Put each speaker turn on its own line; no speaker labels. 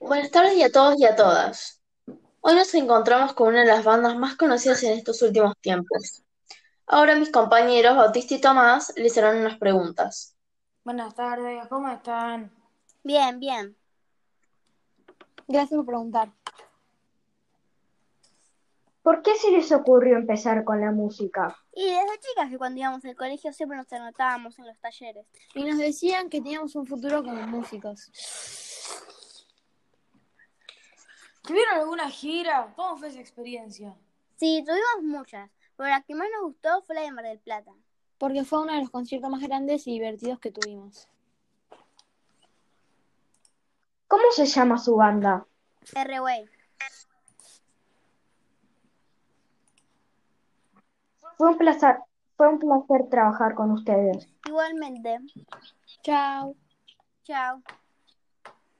Buenas tardes y a todos y a todas. Hoy nos encontramos con una de las bandas más conocidas en estos últimos tiempos. Ahora mis compañeros Bautista y Tomás les harán unas preguntas.
Buenas tardes, ¿cómo están?
Bien, bien.
Gracias por preguntar.
¿Por qué se les ocurrió empezar con la música?
Y desde chicas que cuando íbamos al colegio siempre nos anotábamos en los talleres.
Y nos decían que teníamos un futuro como músicos.
¿Tuvieron alguna gira? ¿Cómo fue esa experiencia?
Sí, tuvimos muchas, pero la que más nos gustó fue la de Mar del Plata.
Porque fue uno de los conciertos más grandes y divertidos que tuvimos.
¿Cómo se llama su banda?
R-Way.
Fue un placer, fue un placer trabajar con ustedes.
Igualmente.
Chao.
Chao.